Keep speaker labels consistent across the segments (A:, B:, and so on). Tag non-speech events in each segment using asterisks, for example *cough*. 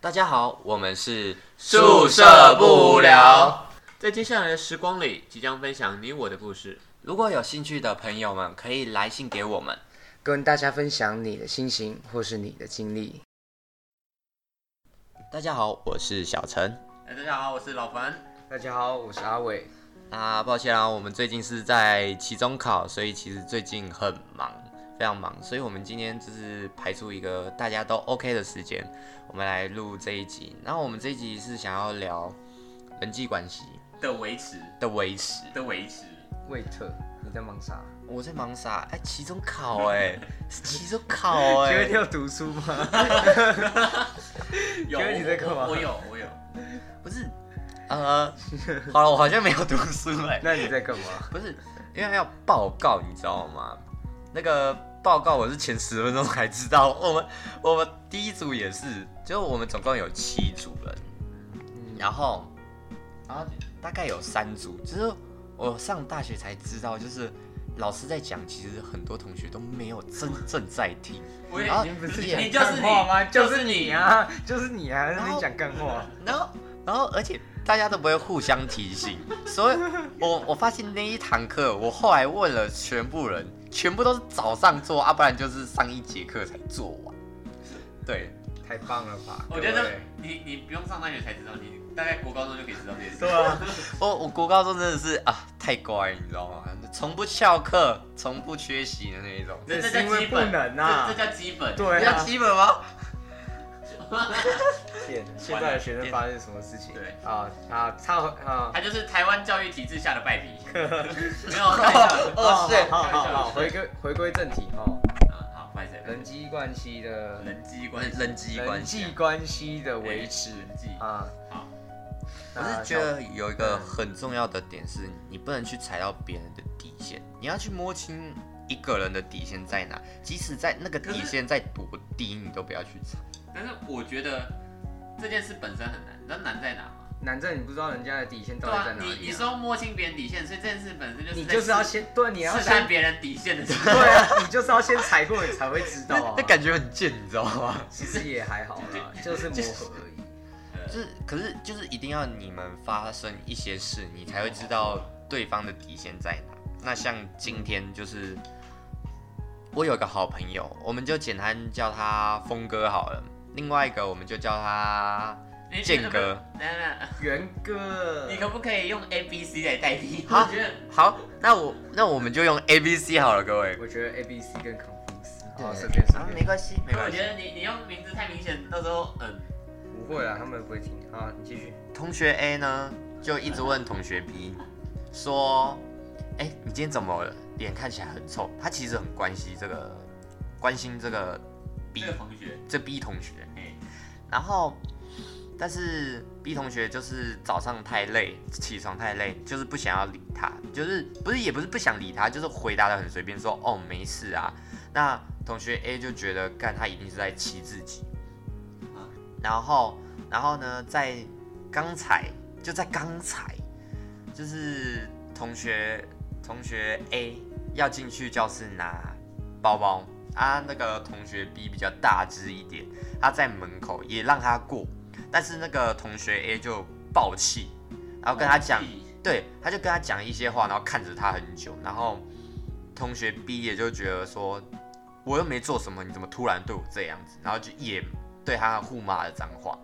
A: 大家好，我们是
B: 宿舍不无聊。
C: 在接下来的时光里，即将分享你我的故事。
A: 如果有兴趣的朋友们，可以来信给我们。
B: 跟大家分享你的心情或是你的经历。
A: 大家好，我是小陈。
C: 哎，大家好，我是老樊。
B: 大家好，我是阿伟。
A: 啊，抱歉啊，我们最近是在期中考，所以其实最近很忙，非常忙，所以我们今天就是排出一个大家都 OK 的时间，我们来录这一集。然后我们这一集是想要聊人际关系
C: 的维持
A: 的维持。
C: 的维持，
B: 魏特，你在忙啥？
A: 我在忙啥？哎、期中考哎、是期中考哎、
B: 请问你有读书吗？
C: 有
B: 请问你在干嘛
C: 我我有，我有。
A: 不是，呃，好了，我好像没有读书哎、
B: 那你在干嘛？
A: 不是，因为还要报告，你知道吗？那个报告我是前十分钟才知道。 *laughs* 我们我们第一组也是，就是我们总共有七组人，然后然后大概有三组，就是我上大学才知道，就是老师在讲，其实很多同学都没有真正在听。
C: 我也
A: 然后
B: 你不是
A: 也
B: 讲
C: 你就是
B: 干
C: 你
B: 话吗？
C: 就
B: 就是是
C: 你
B: 你啊，就是你啊，
A: 后
B: 那你讲干话。
A: 然后，然后，而且大家都不会互相提
B: *laughs*
A: 醒，所以我我发现那一堂课，我后来问了全部人，全部都是早上做，啊，不然就是上一节课才做完。对，
B: 太棒了吧！
C: 哦我觉得
B: 各
C: 这
B: 位
C: 你你不用上大学才知道，你大概国高中就可以知道这件事。
B: 对啊，
A: 我我国高中真的是啊，太乖，你知道吗？从不翘课，从不缺席的那一种。
C: 这
B: 这
C: 这
B: 是
C: 叫
B: 因为
C: 基本
B: 不能啊
C: 这这叫基本。
B: 对
A: 这叫
B: 啊，
A: 基本吗？
B: 现现在的学生发生什么事情？
C: 对
B: 啊啊，差啊。
C: 它就是台湾教育体制下的
B: *laughs*
C: 败笔。没有开玩笑的。
A: 哦，是，
B: 好好
C: 开玩笑
B: 好，回归回归正题哦，
C: 嗯好，不好意思，
B: 人际关系的
C: 人际关哎系，
A: 人际
B: 人
A: 关系
B: 际
A: 啊。
B: 关系的维持
C: 人际
B: 啊。
C: 好，
A: 我
B: 那
A: 是觉得有一个很重要的点是，你不能去踩到别人的底线，你要去摸清一个人的底线在哪，即使在那个底线在多低，你都不要去踩。
C: 但是我觉得这件事本身很难，你知道难在哪吗？
B: 难在你不知道人家的底线到
C: 对
B: 底在
C: 啊，
B: 哪里、啊
C: 你你说摸清别人底线，所以这件事本身就是
B: 你
C: 在
B: 就是要
C: 试
B: 先对，你要
C: 试探
B: 先
C: 别人底线的事。
B: *laughs* 对啊，你就是要先踩过，你才会知道啊
A: 那。那感觉很贱，你知道吗？
B: 其实也还好啦，就是磨合而已。
A: 就是，可是就是一定要你们发生一些事，你才会知道对方的底线在哪。那像今天就是，我有一个好朋友，我们就简单叫他峰哥好了，另外一个我们就叫他
C: 你
A: 健哥。
C: 等等等等，
B: 元哥，
C: 你可不可以用 A B C 来代替？
A: 好
C: 我觉得
A: 好，那我那我们就用 A B C 好了，各位。
B: 我觉得 A B C 跟 Confuse，哦，
A: 对
B: 随便随
A: 啊没
B: 便，
A: 关系，没
C: 我
A: 关系
C: 觉。得你你用名字太明显，到时候嗯，
B: 不会啦，啊他们不会听。好，你继续。
A: 同学 A 呢，就一直问同学 B，说：“哎、你今天怎么了？脸看起来很臭。”他其实很关心这个，关心这个 B
C: 这个同学，
A: 这 B 同学。
C: 哎，
A: 然后，但是 B 同学就是早上太累，起床太累，就是不想要理他，就是不是也不是不想理他，就是回答的很随便说，哦没事啊。那同学 A 就觉得干他一定是在气自己
C: 啊，
A: 然后然后呢，在刚才就在刚才，就是同学同学 A 要进去教室拿包包啊，那个同学 B 比较大只一点。他在门口也让他过，但是那个同学 A 就暴气，然后跟他讲，对，他就跟他讲一些话，然后看着他很久，然后嗯同学 B 也就觉得说，我又没做什么，你怎么突然对我这样子？然后就也对他互骂了脏话，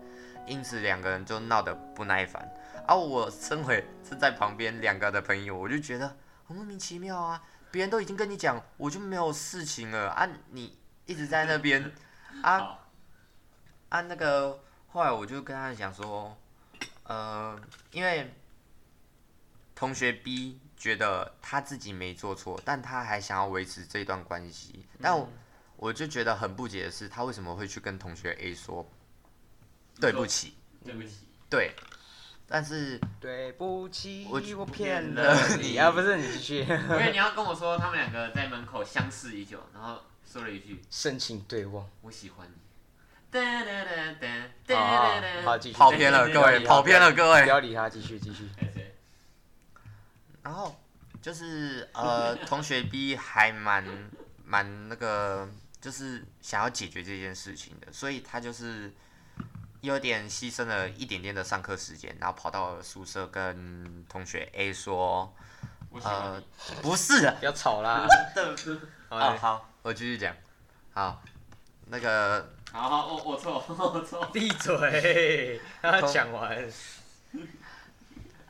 A: 因此两个人就闹得不耐烦。而、我身为是在旁边两个的朋友，我就觉得很莫名其妙啊，别人都已经跟你讲，我就没有事情了啊，你一直在那边啊。
C: 好，
A: 啊，那个后来我就跟他讲说，呃，因为同学 B 觉得他自己没做错，但他还想要维持这段关系，但我我就觉得很不解的是，他为什么会去跟同学 A 说对不起？
C: 对不起，
A: 对，但是
B: 对不起
A: 我，
B: 我骗了你啊！不是你继续， *laughs*
C: 因为你要跟我说他们两个在门口相视已久，然后说了一句
B: 深情对望。
C: 我喜欢你。哒哒哒哒哒
B: 啊
C: 哒哒，
B: 好，继续。
A: 跑偏了，
C: 对
A: 各
B: 不
A: 位
B: 要
A: 跑偏了，各
B: 不
A: 位。
B: 要理他，继续继续。
C: 哎谁
A: 然后就是呃，同学 B 还蛮蛮那个，就是想要解决这件事情的，所以他就是有点牺牲了一点点的上课时间，然后跑到了宿舍跟同学 A 说
C: 我：“喜欢
A: 呃
C: 你。，
A: 不是啊，
B: 不要吵啦。好
A: 哦，
B: 嘞，
A: 好，我继续讲。好，那个
C: 好好，我我错，我错。
B: 闭嘴，让他讲完。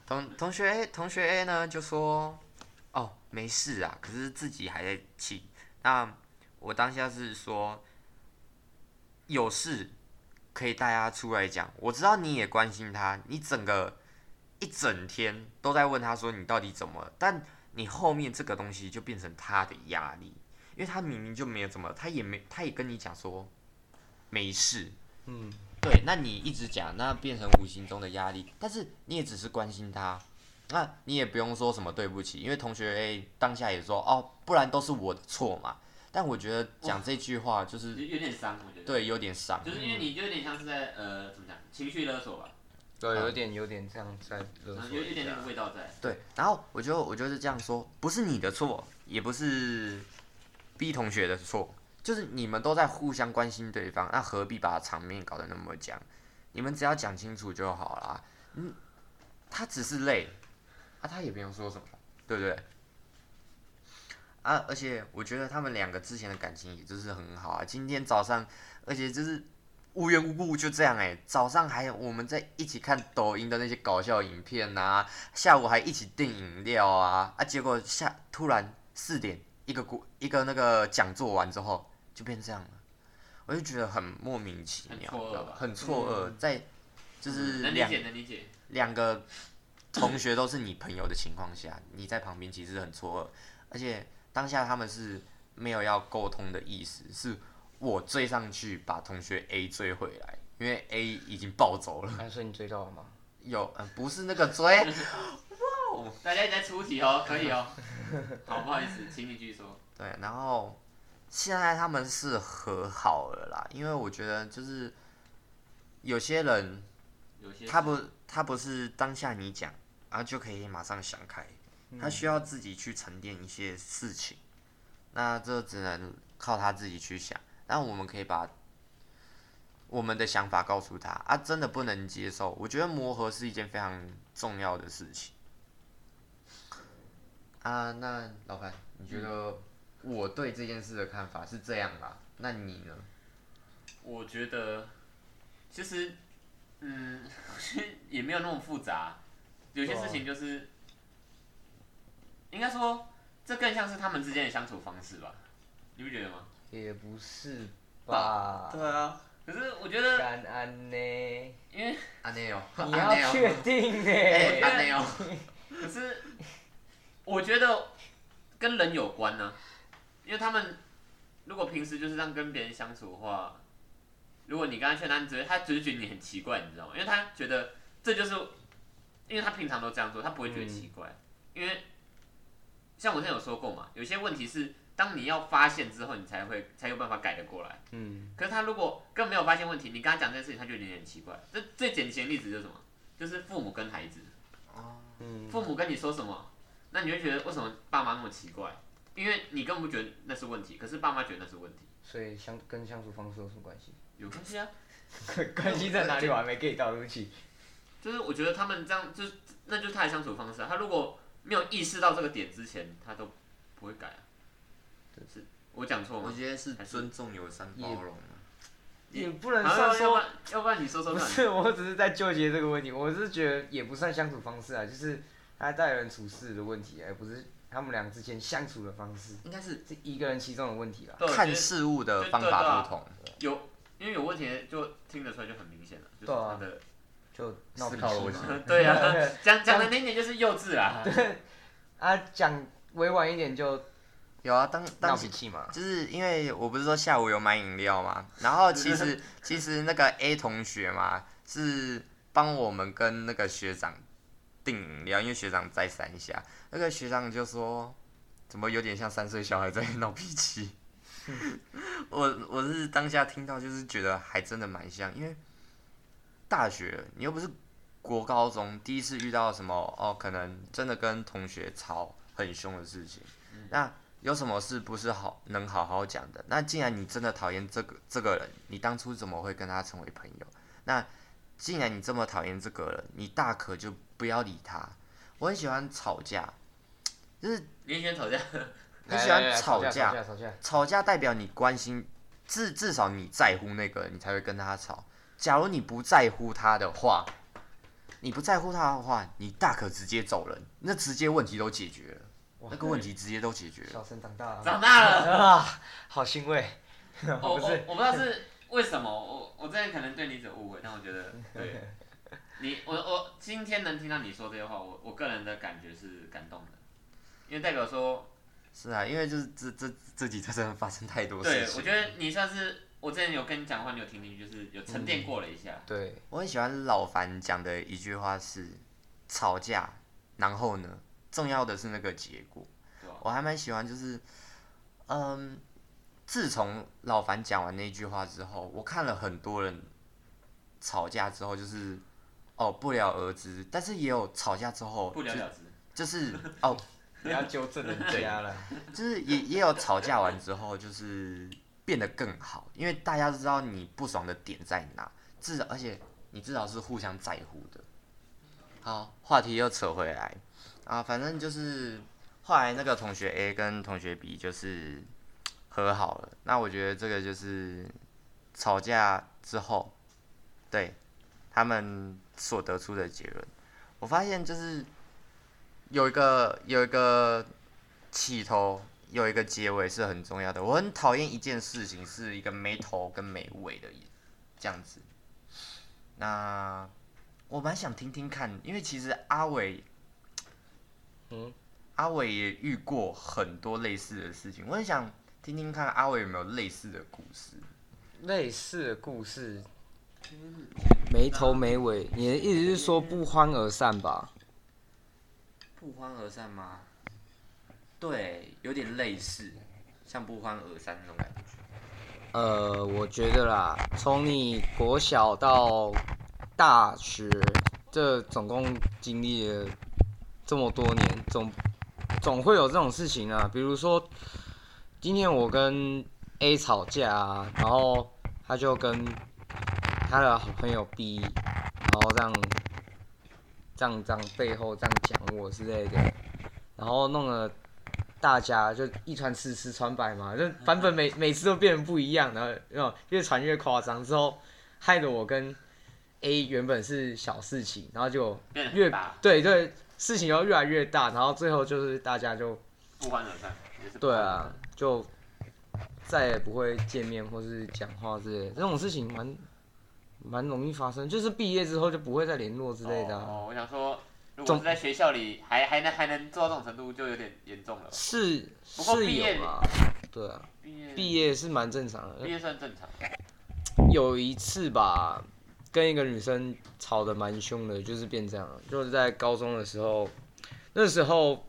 A: 同同学 A 同学 A 呢就说，哦，没事啊，可是自己还在气。那我当下是说，有事可以大家出来讲。我知道你也关心他，你整个一整天都在问他说你到底怎么了，但你后面这个东西就变成他的压力，因为他明明就没有怎么，他也没他也跟你讲说没事，
B: 嗯，
A: 对，那你一直讲，那变成无形中的压力，但是你也只是关心他，那你也不用说什么对不起，因为同学 A 当下也说哦，不然都是我的错嘛。但我觉得讲这句话就是
C: 有有点伤，我觉得。，
A: 对有点伤，
C: 就是因为你就有点像是在呃怎么讲，情绪勒索吧，
B: 对，有点有点这样在勒
C: 嗯
B: 索
C: 有有
B: 啊一
C: 点那
B: 下
C: 个。味道在。
A: 对。然后我就我就是这样说，不是你的错，也不是 B 同学的错，就是你们都在互相关心对方，那何必把场面搞得那么僵？你们只要讲清楚就好啦。嗯，他只是累，啊，他也不用说什么，对不对？啊，而且我觉得他们两个之前的感情也就是很好啊。今天早上，而且就是无缘无故就这样哎、早上还我们在一起看抖音的那些搞笑影片啊，下午还一起订饮料啊啊，结果下突然四点一个国一个那个讲座完之后就变这样了，我就觉得很莫名其
C: 很
A: 妙，
C: 错愕
A: 你知道吧
C: 吧
A: 很错愕，在就是
C: 嗯能理
A: 两
C: 解，能理解。
A: 两个同学都是你朋友的情况下，你在旁边其实很错愕，而且当下他们是没有要沟通的意思，是我追上去把同学 A 追回来，因为 A 已经暴走了。 *laughs*
B: 哎，所以你追到了吗？
A: 有，嗯、不是那个
C: *laughs*
A: 追，
C: 大家一直在出题哦，可以哦。好，不好意思，请你继续说。
A: 对，然后现在他们是和好了啦，因为我觉得就是有些人
C: 有些
A: 他不他不是当下你讲，然后就可以马上想开，
B: 嗯
A: 他需要自己去沉淀一些事情，那这只能靠他自己去想。那我们可以把我们的想法告诉他啊，真的不能接受。我觉得磨合是一件非常重要的事情。啊，那老潘，你觉得我对这件事的看法是这样吧？那你呢？
C: 我觉得嗯其实，嗯，我觉得也没有那么复杂。有些事情就是，应该说，这更像是他们之间的相处方式吧？你不觉得吗？
B: 也不是吧？
C: 对啊。可是我觉得，
B: 感恩呢？
C: 因为
A: 阿内哦， *laughs*
B: 你
A: 阿内
B: 要
A: 哦，
B: 确定呢？嗯
A: 哎，
B: 啊
A: 阿内哦，
C: *laughs* 可是我觉得跟人有关呢、因为他们如果平时就是这样跟别人相处的话，如果你跟他劝他，你只会他只是觉得你很奇怪，你知道吗？因为他觉得这就是，因为他平常都这样做，他不会觉得奇怪，
A: 嗯
C: 因为像我之前有说过嘛，有些问题是当你要发现之后，你才会才有办法改得过来。
B: 嗯，
C: 可是他如果根本没有发现问题，你跟他讲这件事情，他就有点奇怪。这最典型的例子就是什么？就是父母跟孩子。
A: 哦
B: 嗯
C: 父母跟你说什么，那你会觉得为什么爸妈那么奇怪？因为你根本不觉得那是问题，可是爸妈觉得那是问题，
B: 所以相跟相处方式有什么关系？
C: 有关系啊。
B: *laughs* 关系在哪里？我还没 get 到，对不起。
C: 就是我觉得他们这样，就是那就是他的相处方式、啊。他如果没有意识到这个点之前，他都不会改啊。是我讲错
A: 我
C: 吗？
A: 觉得是尊重、友善、包容啊。
B: 也不能
C: 好
B: 算
C: 要不
B: 说
C: 然要不然你说说
B: 不
C: 看。
B: 是，我只是在纠结这个问题。我是觉得也不算相处方式啊，就是他待人处事的问题，而不是他们俩之间相处的方式，
A: 应该是
B: 是一个人其中的问题啦。
C: 对，我觉啊
A: 看
C: 得
A: 事物的方法不同，
C: 有，因为有问题就听得出来就很明显了，就是
B: 对啊
C: 他的。
B: 就闹
A: 思
B: 脾
A: 考
B: 气
A: 逻辑
B: 嘛。*laughs*
C: 对啊，讲讲的那一点就是幼稚啦。
B: 啊，讲委婉一点就
A: 有啊，当
B: 闹
A: 当
B: 脾气嘛。
A: 就是因为我不是说下午有买饮料嘛，然后其实其实那个 A 同学嘛是帮我们跟那个学长订饮料，因为学长在山下，那个学长就说怎么有点像三岁小孩在闹脾气，我我是当下听到就是觉得还真的蛮像，因为大学你又不是国高中第一次遇到什么哦，可能真的跟同学吵很凶的事情，那有什么事不是好能好好讲的？那既然你真的讨厌这个这个人，你当初怎么会跟他成为朋友？那既然你这么讨厌这个人，你大可就不要理他。我很喜欢吵架，
C: 你很喜欢吵架，
A: 很
B: 来
A: 喜
B: 来
A: 欢
B: 来
A: 吵
B: 架，
A: 架
B: 吵架，吵架。
A: 吵架代表你关心，至至少你在乎那个人，你才会跟他吵。假如你不在乎他的话，你不在乎他的话，你大可直接走人，那直接问题都解决了，
B: 哇
A: 那个问题直接都解决了。
B: 小生长大了，
C: 长大了。
B: 啊，好欣慰。
C: 我我
B: 不是，
C: 哦我不知道是为什么，我我这里可能对你有误会，但我觉
B: *laughs*
C: 得对你，我我今天能听到你说这些话，我我个人的感觉是感动的，因为代表说，
A: 是啊，因为就是这这这几天真的发生太多
C: 对
A: 事情。
C: 我觉得你算是我之前有跟你讲话，你有听进去，就是有沉
B: 嗯
C: 淀过了一下，
B: 对，
A: 我很喜欢老樊讲的一句话是：吵架，然后呢，重要的是那个结果。
C: 对啊吧？
A: 我还蛮喜欢，就是，嗯，自从老樊讲完那句话之后，我看了很多人吵架之后，就是哦不了而知，但是也有吵架之后
C: 不了了之，
A: 就
C: *laughs*
A: 就是哦
B: 你要纠正人家了。
A: 就是也也有吵架完之后，就是变得更好，因为大家都知道你不爽的点在哪，至少而且你至少是互相在乎的。好，话题又扯回来啊，反正就是后来那个同学 A 跟同学 B 就是和好了，那我觉得这个就是吵架之后，对他们所得出的结论。我发现就是有一个有一个起头有一个结尾是很重要的。我很讨厌一件事情是一个没头跟没尾的这样子。那我蛮想听听看，因为其实阿伟，
B: 嗯，
A: *sniffs* 阿伟也遇过很多类似的事情，我很想听听看阿伟有没有类似的故事。
B: *laughs* 类似的故事，没头没尾。你的意思是说不欢而散吧？
A: 不欢而散吗？对，有点类似，像不欢而散那种感觉。
B: 呃，我觉得啦，从你国小到大学，这总共经历了这么多年，总总会有这种事情啊。比如说，今天我跟 A 吵架啊，然后他就跟他的好朋友 B，然后这样这样这样背后这样讲我之类的，然后弄了。大家就一传十，十传百嘛，
C: 嗯
B: 就版本每每次都变得不一样，然后然后越传越夸张，之后害得我跟 A 原本是小事情，然后就
C: 变得
B: 越
C: 很大，
B: 对对事情又越来越大，然后最后就是大家就
C: 不欢而散，也是不
B: 对
C: 欢而
B: 啊
C: 散，，
B: 就再也不会见面或是讲话之类的，这种事情蛮蛮容易发生，就是毕业之后就不会再联络之类的啊、
C: 哦，哦我想说，如果
B: 总
C: 是在学校里还还能还能做到这种程度，就有点严重了吧。
B: 是
C: 不过
B: 是
C: 毕业
B: 有啊，对啊，
C: 毕业
B: 毕业是蛮正常的，
C: 毕业算正常，
B: 有一次吧，跟一个女生吵得蛮凶的，就是变这样，就是在高中的时候，那时候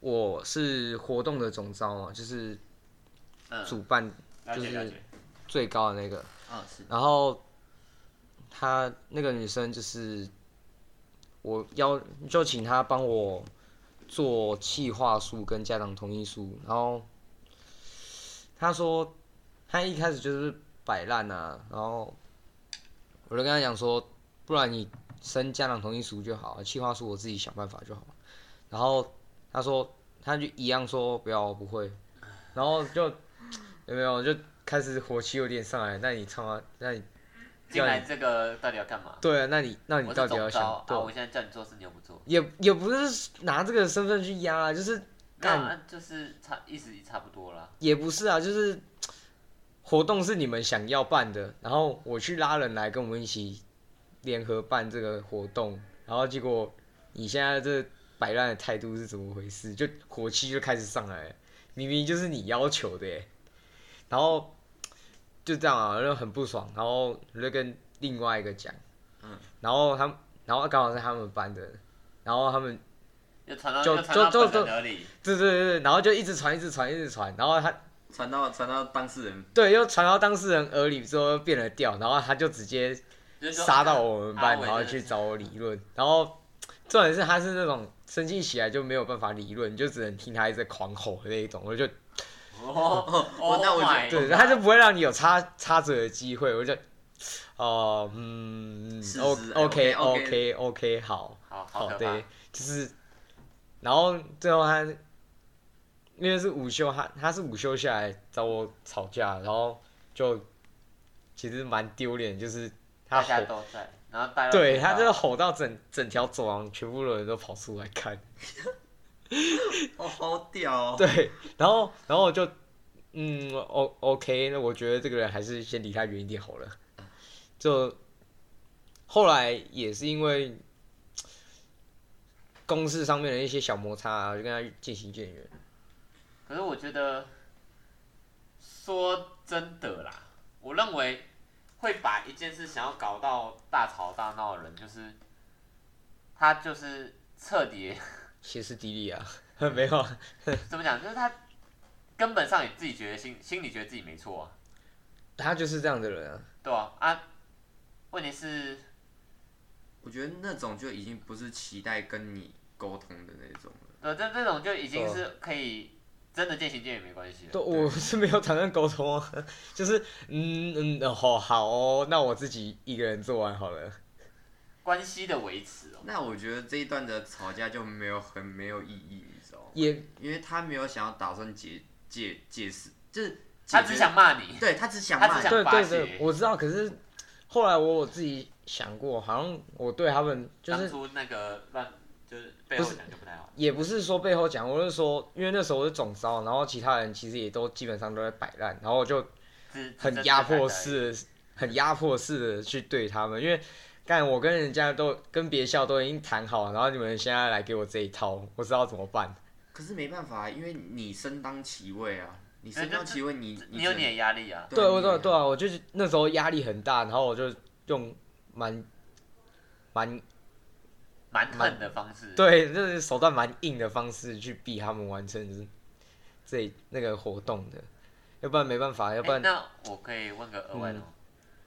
B: 我是活动的总招嘛，就是
C: 嗯，
B: 主办
C: 了解
B: 就是
C: 了解，
B: 最高的那个，
C: 嗯是，
B: 然后她那个女生就是我邀就请她帮我做企划书跟家长同意书，然后她说她一开始就是摆烂啊，然后我就跟她讲说，不然你申家长同意书就好，企划书我自己想办法就好。然后她说她就一样说不要我不会，然后就有没有就开始火气有点上来，那你唱啊，那你
C: 进来这个到底要干嘛？
B: 对啊，那你那你
C: 我
B: 到
C: 是
B: 底要
C: 总
B: 想
C: 招啊！
B: 对
C: 我现在叫你做事，你又不做，
B: 也也不是拿这个身份去压啊，就是干
C: 那就是差意思也差不多啦。
B: 也不是啊，就是活动是你们想要办的，然后我去拉人来跟我们一起联合办这个活动，然后结果你现在这摆烂的态度是怎么回事？就火气就开始上来了，明明就是你要求的耶，然后就这样啊，就很不爽，然后我就跟另外一个讲，嗯，然后他们，然后刚好是他们班的，然后他们
C: 又传到
B: 就
C: 又传到
B: 就
C: 本
B: 就
C: 人耳里，
B: 对对对，对然后就一直传，一直传，一直传，然后他
A: 传到传到当事人
B: 对，又传到当事人耳里之后又变了调，然后他就直接
C: 就是说
B: 杀到我们班，
C: 阿伟
B: 然后
C: 真的
B: 去 *laughs*
C: 是
B: 找我理论。然后重点是他是那种生气起来就没有办法理论，就只能听他一直狂吼的那一种。我就
C: 哦，哦
A: 那我就
C: 哎
B: 对，他就不会让你有插插嘴的机会。我就哦，嗯
C: 是
B: ，O
C: 是哎
B: OK
C: ，OK，OK
B: OK OK，好，
C: 好好
B: 好
C: 可怕
B: 哦对，，就是，然后最后他，因为是午休，他他是午休下来找我吵架，然后就其实蛮丢脸，就是他
C: 大
B: 吼
C: 家，都在，然后大家都
B: 对
C: 知
B: 他
C: 道
B: 就吼到整整条走廊，全部的人都跑出来看，
A: 哦，好屌哦！
B: 对，然后然后我就，嗯，O OK，那我觉得这个人还是先离他远一点好了。就后来也是因为公事上面的一些小摩擦、啊，就跟他渐行渐远。
C: 可是我觉得，说真的啦，我认为会把一件事想要搞到大吵大闹的人，就是他就是彻底 *laughs*
B: 歇斯底里啊， *laughs* 没有啊，
C: 怎么讲，就是他根本上也自己觉得心心里觉得自己没错啊，
B: 他就是这样的人啊。
C: 对啊啊，问题是
A: 我觉得那种就已经不是期待跟你沟通的那种了。
C: 对，这这种就已
B: 啊
C: 经是可以真的渐行渐远没关系了。
B: 都我是没有打算沟通啊， *laughs* 就是嗯嗯哦好好哦，那我自己一个人做完好了。
C: 关系的维持哦，
A: 那我觉得这一段的吵架就没有很没有意义，你知道吗？
B: 也
A: 因为他没有想要打算解解解释，就是解决
C: 他只想骂你，
A: 对他只想
C: 他
A: 骂
C: 只
A: 你
C: 想
B: 对
C: 发
B: 对
C: 泄
B: 对，我知道。可是后来我有自己想过，好像我对他们就
C: 当
B: 是
C: 初那个乱就是背后讲就不太好。
B: 也不是说背后讲，我是说，因为那时候是总招，然后其他人其实也都基本上都在摆烂，然后我就
C: 只
B: 很压迫，式的，很压迫式的去对他们，因为干我跟人家都跟别校都已经谈好，然后你们现在来给我这一套，我知道怎么办。
A: 可是没办法，因为你身当其位啊，你
C: 对
A: 身当
C: 这
A: 其位，你
C: 你有
A: 只能
C: 你的压力啊。
B: 对，我
A: 你有
B: 对对啊，我就是那时候压力很大，然后我就用蛮蛮
C: 蛮狠的方式。
B: 对，就是手段蛮硬的方式去逼他们完成这那个活动的，要不然没办法，要不
C: 哎，
B: 然嗯
C: 那我可以问个额外的吗？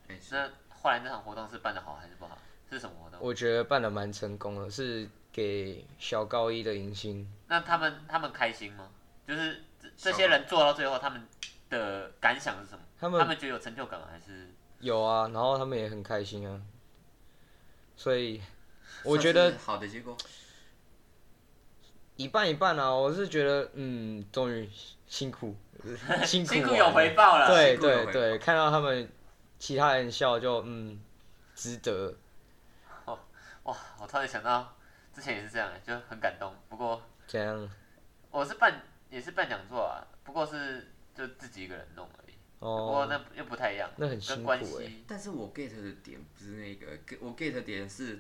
A: 没事
C: 那后来那场活动是办的好还是不好？是什么活动？
B: 我觉得办的蛮成功的，是给小高一的迎新。
C: 那他们他们开心吗？就是这这些人做到最后，他们的感想是什么？
B: 他
C: 他
B: 们
C: 们觉得有成就感吗？还是
B: 有啊，然后他们也很开心啊，所以我
A: 算
B: 觉得
A: 是好的结果。
B: 一半一半啊。我是觉得，嗯，终于辛
C: *laughs*
B: 苦，辛苦
C: 辛苦
B: 完
C: 有
B: 了
C: 回报了？
B: 对
A: 辛苦有
B: 对
A: 回
B: 对，看到他们其他人笑就嗯，值得。
C: 哇，我突然想到之前也是这样，欸就很感动。不过
B: 这样
C: 我是办也是办讲座啊，不过是就自己一个人弄而已。不过
B: 哦，
C: 那又不太一样，
B: 那很
C: 跟
B: 辛苦
C: 关
B: 哎、
C: 系
A: 但是我 get 的点不是那个，我 get 的点是，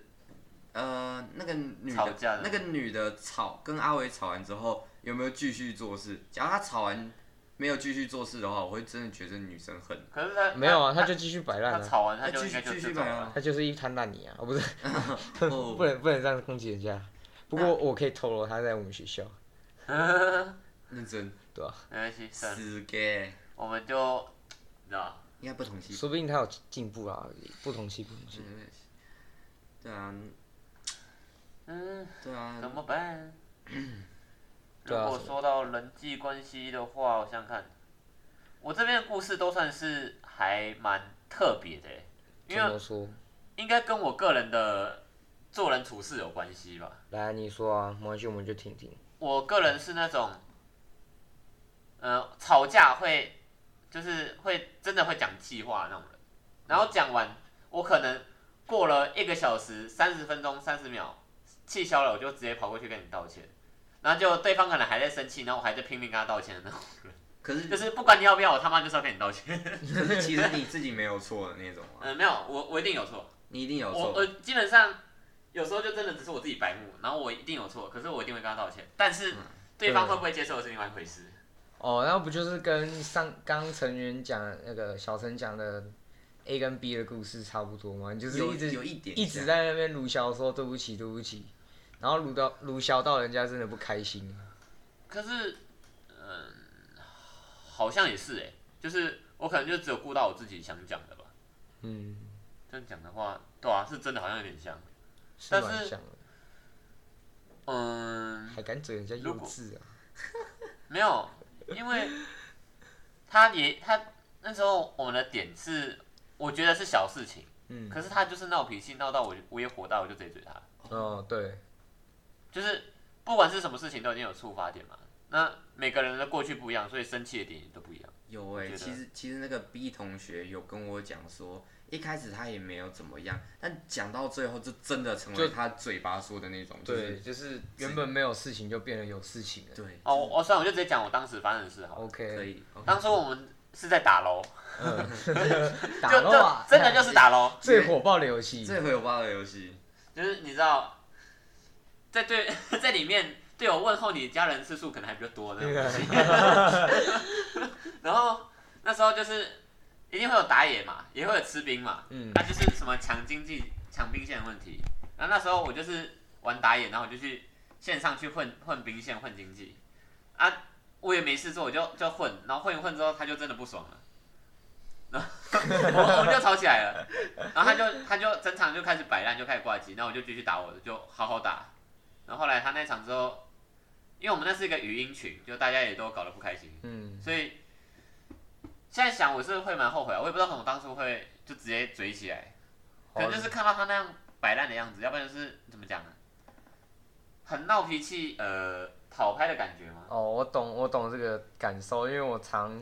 A: 呃，那个女
C: 吵
A: 的，
C: 架的
A: 那个女的吵跟阿伟吵完之后，有没有继续做事？假如她吵完没有继续做事的话，我会真的觉得女生很
C: 可是他
B: 没有啊，
C: 他
B: 他就继续摆烂
C: 他
B: 啊，
C: 吵完他
A: 那
C: 就
A: 继
C: 应
A: 续
C: 该就
A: 继
C: 自
A: 续
C: 走
A: 摆
C: 了。
A: 啊。
B: 他就是一滩烂泥啊，哦不是。 *laughs* 不
A: 哦，
B: 能不能这样攻击人家。不过我可以透露他在我们学校，
A: 认真
C: *laughs* 没关系，算了，
A: 死 gay，
C: 我们就你知道啊
A: 应该不同期。
B: 说不定他有进步啊，不同期不同期。
A: 对啊，
C: 嗯，
A: 对啊，
C: 怎么办？如
B: 对啊
C: 果说到人际关系的话，我想想看，我这边的故事都算是还蛮特别的欸，因
B: 怎
C: 为
B: 么说？
C: 应该跟我个人的做人处事有关系吧。
B: 来，你说啊，没关系，我们就听听。
C: 我个人是那种，呃，吵架会就是会真的会讲气话那种人，然后讲完，我可能过了一个小时、三十分钟、三十秒，气消了，我就直接跑过去跟你道歉，然后就对方可能还在生气，然后我还在拼命跟他道歉的那种，
A: 可是
C: 就是不管你要不要，我他妈就是要跟你道歉。
A: 可是其实你自己没有错的那种啊，
C: 嗯，没有，我我一定有错，
A: 你一定有
C: 我
A: 错
C: 我。呃基本上有时候就真的只是我自己白目，然后我一定有错，可是我一定会跟他道歉，但是
A: 嗯
C: 对方
B: 对
C: 会不会接受是另外一回事。
B: 哦，那不就是跟上刚成员讲那个小陈讲的 A 跟 B 的故事差不多吗？你就是
A: 有
B: 一直
A: 有一点
B: 一
A: 像
B: 直在那边鲁小说对不起对不起，然后鲁到鲁小到人家真的不开心。啊
C: 可是，嗯，好像也是哎、就是我可能就只有顾到我自己想讲的吧。
B: 嗯，
C: 这样讲的话，对啊，是真的好像有点像。
B: 是
C: 但
B: 蛮
C: 是
B: 像的，
C: 嗯，
B: 还敢嘴人家幼
C: 如果
B: 稚啊？
A: *laughs*
C: 没有，因为他也他那时候我们的点是，我觉得是小事情，
B: 嗯，
C: 可是他就是闹脾气，闹到我我也火大，我就直接追他。
B: 哦，对，
C: 就是不管是什么事情，都已经有触发点嘛。那每个人的过去不一样，所以生气的点也都不一样。
A: 有哎、
C: 觉得
A: 其实其实那个 B 同学有跟我讲说，一开始他也没有怎么样，但讲到最后就真的成为
B: 就
A: 他嘴巴说的那种，就是
B: 对，就是原本没有事情就变得有事情了。
A: 对
C: 哦，我、哦、算了，我就直接讲我当时发生的事好了。
A: 可
B: OK，嗯
A: 以。
C: 当初我们是在打楼， *laughs*
B: 打
C: 就
B: 漏
C: 就
B: 啊，
C: 真的就是打楼，
B: *laughs* 最火爆的游戏，
A: 这回有八的游
C: *laughs*
A: 戏，
C: 就是你知道，在对 *laughs* 在里面对我问候你家人次数可能还比较多那种
B: 啊
C: 东西。然后那时候就是一定会有打野嘛，也会有吃兵嘛，
B: 嗯
C: 那就是什么抢经济、抢兵线的问题。然后那时候我就是玩打野，然后我就去线上去混混兵线、混经济啊，我也没事做，我就就混，然后混一混之后，他就真的不爽了。然后 *laughs* 我我们就吵起来了，然后他就他就整场就开始摆烂，就开始挂机，然后我就继续打我的，就好好打。然后后来他那场之后，因为我们那是一个语音群，就大家也都搞得不开心，
B: 嗯，
C: 所以现在想我是会蛮后悔啊，我也不知道为什么当初会就直接追起来， *laughs* 可能
A: 哦
C: 就是看到他那样摆烂的样子，要不然就是怎么讲呢、很闹脾气，呃，讨拍的感觉吗？
B: 哦，我懂，我懂这个感受，因为我常，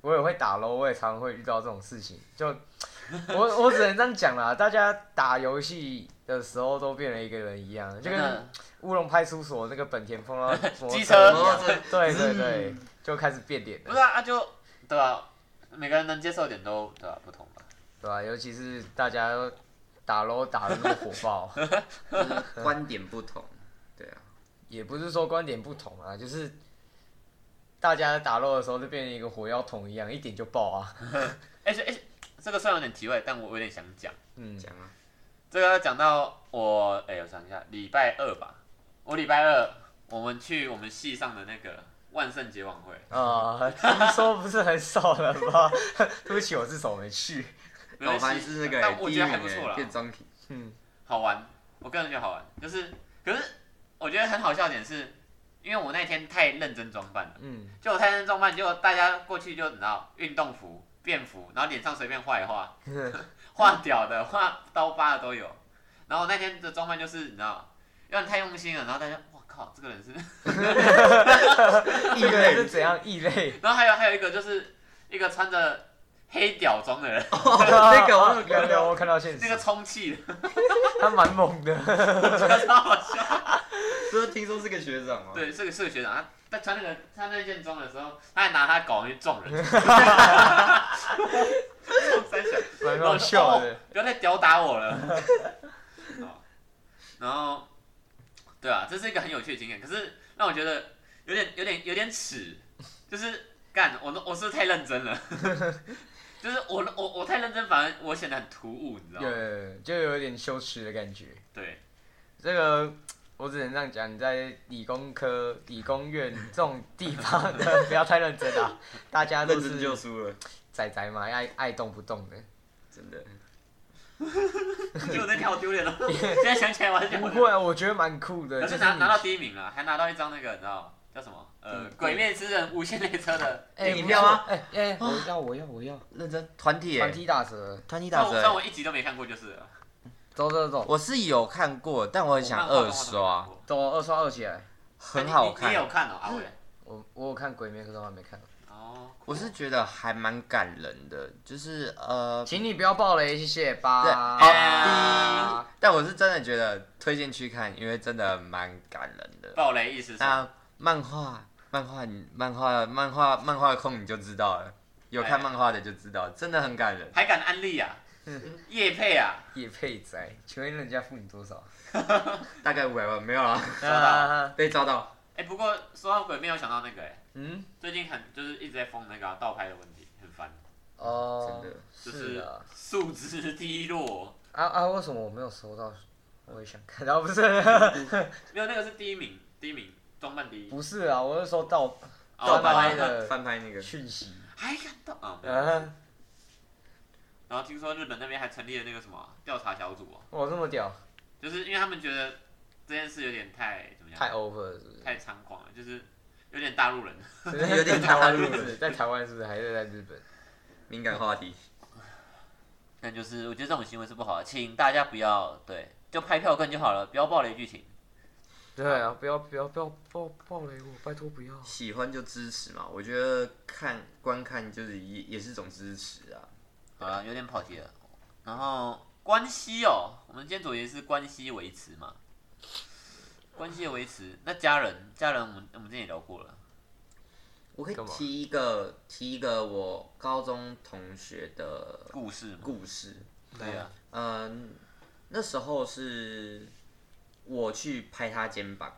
B: 我也会打咯，我也常会遇到这种事情。就我我只能这样讲
C: *laughs*
B: 啦，大家打游戏的时候都变了一个人一样，就
C: 真的
B: 跟乌龙派出所那个本田碰到摩托
C: *laughs* 机
B: 一
C: 车嗯
B: 样
A: 摩托车
B: 对对对，就开始变脸
C: 不
B: 了，
C: 是啊，啊就对啊，每个人能接受的点都对啊不同吧。
B: 对吧、尤其是大家都打咯打的那么火爆，
A: 就是观点不同，对啊，
B: 也不是说观点不同啊，就是。大家打肉的时候就变成一个火药桶一样，一点就爆啊！
C: 哎、且哎、这个虽然有点题外，但我有点想讲。
B: 嗯，
A: 讲啊，
C: 这个要讲到我，哎、我想一下，礼拜二吧，我礼拜二我们去我们系上的那个万圣节晚会，
A: 哦
B: 啊， *laughs* 听说不是很少了吗？ *laughs* 对不起，我至少没去。
C: 没关
A: 老
C: 系
A: 潘是那个
C: 但
A: 欸
C: 我
A: 第一
C: 觉得
A: 名
C: 还不错
A: 欸
C: 啦，
A: 变
C: *laughs*
A: 装体，
B: 嗯，
C: 好玩，我个人觉得好玩，就是可是我觉得很好笑的点是，因为我那天太认真装扮了，
B: 嗯，
C: 就我太认真装扮，结果大家过去就你知道运动服、便服，然后脸上随便画一画，画屌的、画刀疤的都有，然后我那天的装扮就是你知道，有点太用心了，然后大家我靠，这个人是。
B: *laughs*
C: *laughs*
B: 异类是怎样异类？
C: 然后还有还有一个就是一个穿着黑屌装的人，
A: 哦那个我
B: *laughs*
A: 有
B: 有
A: 看
B: 有
A: 到
B: 啊我看到现
C: 那个
B: 实，
C: 充气的，
B: 他蛮猛的。
C: 超好笑。
A: 不是听说是个学长啊吗？
C: 对，是个是个学长，他他穿那个他那件装的时候，他还拿他狗去撞人， *laughs* 撞三小，
B: 蛮搞笑的
C: 然后我就哦不要再屌打我了。好然后，对啊，这是一个很有趣的经验，可是让我觉得有点有点有点耻，就是干我我是不是太认真了， *laughs* 就是我我我太认真，反而我显得很突兀，你知道吗？
B: 对，就有点羞耻的感觉。
C: 对， *laughs*
B: 这个我只能这样讲，你在理工科、理工院这种地
A: *laughs*
B: 方呢，不要太认真啊，大家都
A: 认真就是输了，
B: 仔仔嘛，爱爱动不动的。
A: 真
C: *laughs*
A: 的。
C: 就那天好丢脸了，现在想起来我还想
B: 不会啊，我觉得蛮酷的，
C: 可
B: 就是是
C: 拿
B: 你
C: 拿到第一名了，还拿到一张那个你知道叫什么？呃，
A: 嗯
C: 《鬼灭之刃》无限列
A: *laughs*
C: 车的。
B: 哎
A: 饮料啊，
B: 不错哎哎，我要我要我要，
A: 认真团体
B: 团
A: 欸，
B: 体打折，
A: 团体
C: 虽然
A: 打
C: 我虽然
A: 折
C: 我，一集都没看过，就是了。
B: 走走走，
A: 我是有看过，但我很想
C: 我漫画
A: 二刷，。
B: 走二刷二起来。
A: 很
C: 漫画
A: 好
C: 都没
A: 看
C: 看过哎你你你
A: 嗯
C: 也。有看哦，阿伟。
B: 我我有看《鬼灭》，可是我还没看。
C: 哦，
A: 我是觉得还蛮感人的，就是呃，
B: 请你不要爆雷，谢谢吧。
A: 对，
B: 啊
A: 啊，但我是真的觉得推荐去看，因为真的蛮感人的。
C: 暴雷意思是
A: 那漫画，漫画，你漫画，漫画，漫画控你就知道了，有看
C: 哎
A: 漫画的就知道，真的很感人。
C: 还敢安利啊？
A: 嗯
C: 叶配啊？
B: 叶佩仔，请问人家付你多少？
A: 大概五百万没有啦，
C: 收
B: *laughs*
C: 到
B: 啊
A: 被抓到。
C: 哎，不过说到鬼灭，我想到那个哎，
B: 嗯，
C: 最近很就是一直在封那个啊盗拍的问题，很烦，
B: 哦，
A: 真的
C: 就是是
B: 啊。
C: 素质低落。
B: 啊啊，为什么我没有收到？我也想看，然后不是 *laughs*
C: 没有，那个是第一名，第一名装扮第一。
B: 不是啊，我是收到
C: 哦
B: 盗
A: 拍
B: 的
A: 翻拍那个，
B: 讯息
C: 还敢盗啊？没有
B: 啊，
C: 然后听说日本那边还成立了那个什么调查小组、哦，
B: 哇，这么屌，
C: 就是因为他们觉得这件事有点太怎么样，
B: 太 over 了是不是
C: 太猖狂了，就是有点大陆人。
B: 是 *laughs* 不是？
A: 有点
B: 在台湾
A: 大陆
B: 是不是？在台湾是不是？还是在日本？
A: 敏感话题。
D: *laughs* 那就是我觉得这种行为是不好的，请大家不要对，就拍票根就好了，不要暴雷剧情。
B: 对啊，不要不要不要暴暴雷我，拜托不要。
A: 喜欢就支持嘛，我觉得看观看就是也也是一种支持啊。
D: 好了，有点跑题了。然后关系哦，我们今天主题是关系维持嘛，关系的维持。那家人，家人我们我们之前也聊过了，
A: 我可以
B: 干嘛
A: 提一个提一个我高中同学的
D: 故事嘛，
A: 故事。
D: 对啊，
A: 嗯，那时候是我去拍他肩膀，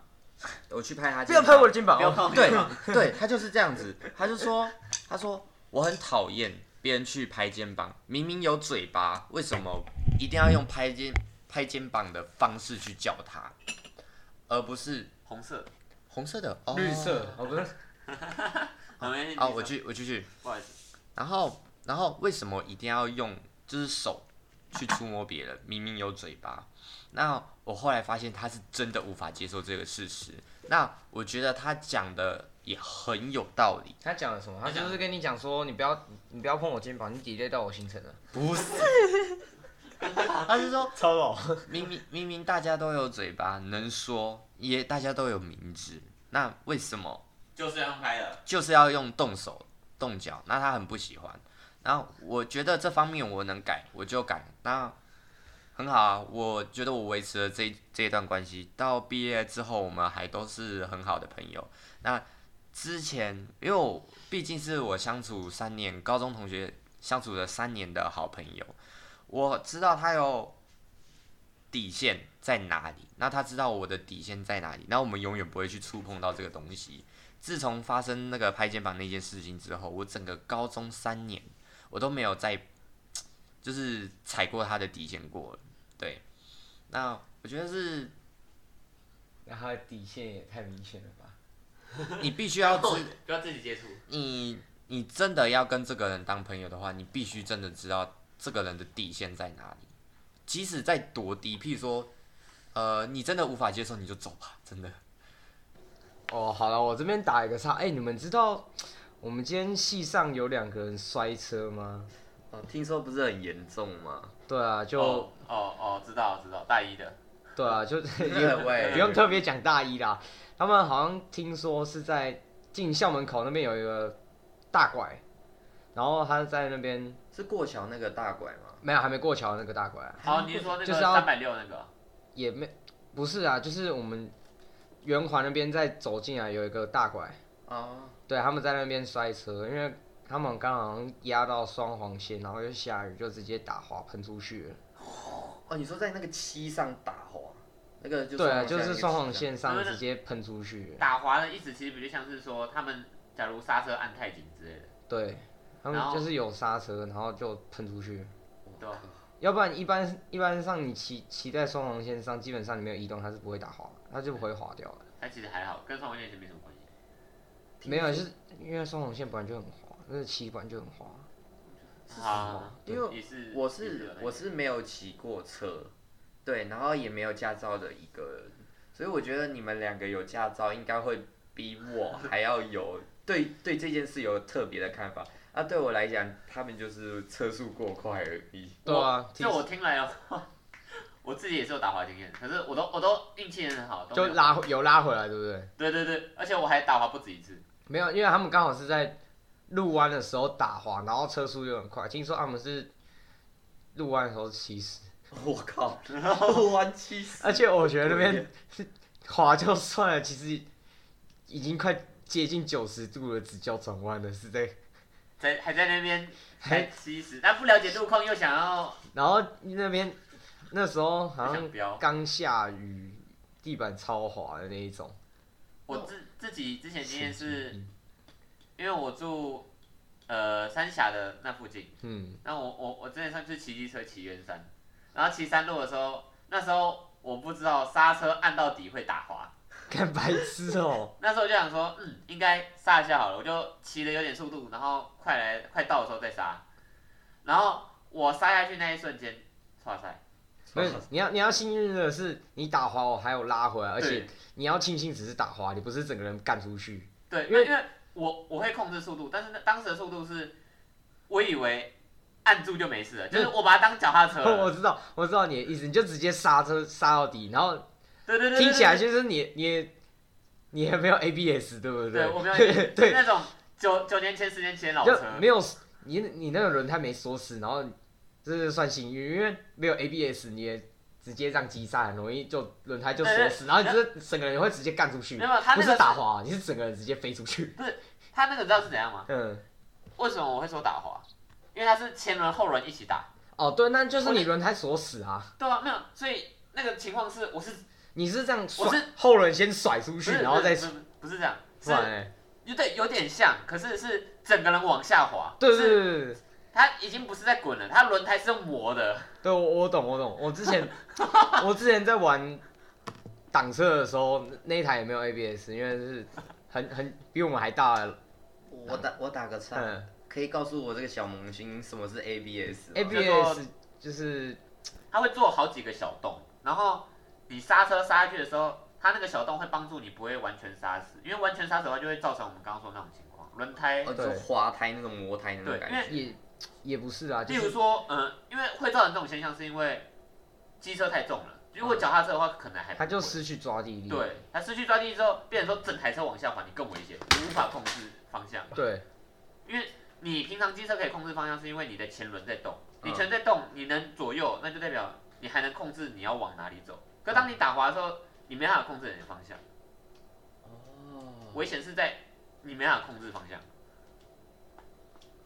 A: 我去拍他
B: 不
A: 肩
B: 要
A: 膀，
B: 拍我的肩膀
D: 不要碰
B: 哦！
D: 我
A: 对
D: 肩膀，
B: *laughs*
A: 对，他就是这样子，他就说，他说我很讨厌别人去拍肩膀，明明有嘴巴，为什么一定要用拍肩拍肩膀的方式去叫他，而不是
D: 红色，
A: 红色的、哦、
B: 绿色哦，不是，
D: 好没
A: 啊、我，去我继续，
D: 不好意思，
A: 然后然后为什么一定要用就是手去触摸别人， *laughs* 明明有嘴巴？那我后来发现他是真的无法接受这个事实。那我觉得他讲的也很有道理，
B: 他讲了什么？他
D: 他讲
B: 就是跟你讲说，你不要你不要碰我肩膀，你 delay 到我行程了。
A: 不是？他是说
B: 超老，
A: 明明明明大家都有嘴巴能说，也大家都有明知，那为什么
D: 就是要拍的，
A: 就是要用动手动脚？那他很不喜欢。然后我觉得这方面我能改，我就改。那很好啊，我觉得我维持了这一这一段关系，到毕业之后我们还都是很好的朋友。那之前因为我毕竟是我相处三年，高中同学相处了三年的好朋友，我知道他有底线在哪里，那他知道我的底线在哪里，那我们永远不会去触碰到这个东西。自从发生那个拍肩膀那件事情之后，我整个高中三年我都没有再就是踩过他的底线过了。对，那我觉得是
B: 那他的底线也太明显了吧？
A: 你必须
C: 不要
A: 要
D: 哦
A: *laughs*
C: 自
A: 知
C: 不要自己接触，
A: 你你真的要跟这个人当朋友的话，你必须真的知道这个人的底线在哪里。即使在多低，譬如说，呃，你真的无法接受，你就走吧，真的。
B: 哦，好了，我这边打一个岔。哎、你们知道我们今天系上有两个人摔车吗？
A: 哦，听说不是很严重吗？
B: 对啊，就、
C: 哦哦哦，知道知道，大一的，
B: 对啊，就
A: 喂
B: *laughs* 不用特别讲大一啦。他们好像听说是在进校门口那边有一个大拐，然后他在那边
A: 是过桥那个大拐吗？
B: 没有还没过桥的那个大拐啊，
C: 好，你是说那
B: 就
C: 个
B: 是要
C: 三百六那个？
B: 也没不是啊，就是我们圆环那边再走进来有一个大拐，
A: 哦，
B: 对，他们在那边摔车，因为他们刚好压到双黄线，然后又下雨，就直接打滑喷出去了。
A: 哦，你说在那个漆上打滑，那个就
B: 对啊，
A: 双黄线那
B: 就是
A: 个
B: 双
A: 漆
B: 黄
A: 上。
B: 线上
C: 对对
B: 直接喷出去了。
C: 打滑的意思其实比较像是说，他们假如刹车按太紧之类的，
B: 对，他
C: 然
B: 们
C: 后
B: 就是有刹车，然后就喷出去。
C: 对吧？
B: 要不然一般一般上你骑骑在双黄线上，基本上你没有移动，它是不会打滑，它就不会滑掉的。
C: 但其实还好，跟双黄线其实没什么关系。
B: 没有，就是因为双黄线本来就很滑，那个骑本来就很滑。
C: 啊，
A: 因为
C: 也是，
A: 我
C: 也有
A: 是
C: 那个
A: 我是没有骑过车，对，然后也没有驾照的一个人，所以我觉得你们两个有驾照，应该会比我还要有对对这件事有特别的看法。那、对我来讲，他们就是车速过快而已。 *laughs*
B: 对啊，
C: 就我听来的话，我自己也是有打滑经验，可是我都我都运气很好，都
B: 就
C: 没有
B: 拉回有拉回来，对不对？
C: 对对对，而且我还打滑不止一次，
B: 没有，因为他们刚好是在入弯的时候打滑，然后车速又很快。听说他们是入弯的时候七十，
A: 我
C: *laughs*
A: 靠，我玩七十，
B: 而且我觉得那边滑就算了，其实已经快接近九十度了，只叫转弯的是在。
C: 在还在那边才七十，但不了解路况又想要
B: 然后那边那时候好
C: 想
B: 像
C: 飙
B: 刚下雨，地板超滑的那一种。
C: 我自自己之前经验是，因为我住呃三峡的那附近，
B: 嗯，
C: 那我我我之前上去骑机车骑圆山，然后骑山路的时候，那时候我不知道刹车按到底会打滑，
B: 看白痴
C: *laughs*
B: 哦、
C: 那时候我就想说，嗯，应该刹一下好了，我就骑的有点速度，然后快来快到的时候再刹，然后我刹下去那一瞬间，哇塞，
B: 不是，你要你要幸运的是，你打滑我还有拉回来，而且
C: 对
B: 你要庆幸只是打滑，你不是整个人干出去。
C: 对，
B: 因
C: 因
B: 为
C: 为因为我我会控制速度，但是那当时的速度是，我以为按住就没事了，就是我把它当脚踏车
B: *laughs*
C: 了
B: 我知道，我知道你的意思，你就直接刹车刹到底，然后
C: 对对对对，对
B: 听起来就是你你你还没有 ABS，对不
C: 对，
B: *laughs*
C: 我没有
B: 对，
C: 那种九九年前、十年前老
B: 就
C: 车，
B: 没有你你那个轮胎没锁死，然后这是算幸运，因为没有 ABS，你也直接让急刹，很容易就轮胎就锁死，然后你这整个人会直接干出去
C: 没，有他
B: 不
C: 那
B: 是
C: 个
B: 打滑，你是整个人直接飞出去。
C: 他那个你知道是怎样吗？
B: 嗯，
C: 为什么我会说打滑？因为它是前轮后轮一起打，
B: 哦对，那就是你轮胎锁死啊，
C: 对啊，没有，所以那个情况是我是
B: 你是这样
C: 我
B: 甩
C: 是
B: 后轮先甩出
C: 不
B: 去，
C: 是
B: 然后再
C: 不是不是不是这样，
B: 不然
C: 是
B: 欸
C: 有对有点像，可是是整个人往下滑，
B: 对对
C: 是
B: 对对对。
C: 它已经不是在滚了，它轮胎是用磨的，
B: 对，我我懂，我懂。我之
C: *laughs*
B: 前我之前在玩挡车的时候，那那一台也没有 ABS，因为是很很比我们还大的。
A: 我打我打个岔，
B: 嗯
A: 可以告诉我这个小萌新什么是 ABS 吗
C: 叫做
B: ，ABS 就是
C: 它会做好几个小洞，然后你刹车刹下去的时候，它那个小洞会帮助你不会完全刹死，因为完全刹死的话就会造成我们刚刚说那种情况，轮胎
A: 哦，就是滑胎那种磨胎那种
C: 对
A: 感
C: 因
A: 觉
C: 为。
B: 也也不是啊，就
C: 例如
B: 是
C: 说，嗯、因为会造成这种现象，是因为机车太重了。如果脚踏车的话，可能还不
B: 嗯它就
C: 会
B: 失去抓地力。
C: 对它失去抓地力之后，变成说整台车往下滑，你更危险，你无法控制方向。
B: 对
C: 你平常机车可以控制方向，是因为你的前轮在动，
A: 嗯
C: 你前在动，你能左右，那就代表你还能控制你要往哪里走。可当你
B: 嗯
C: 打滑的时候，你没办法控制你的方向，
A: 哦，
C: 危险是在你没办法控制方向。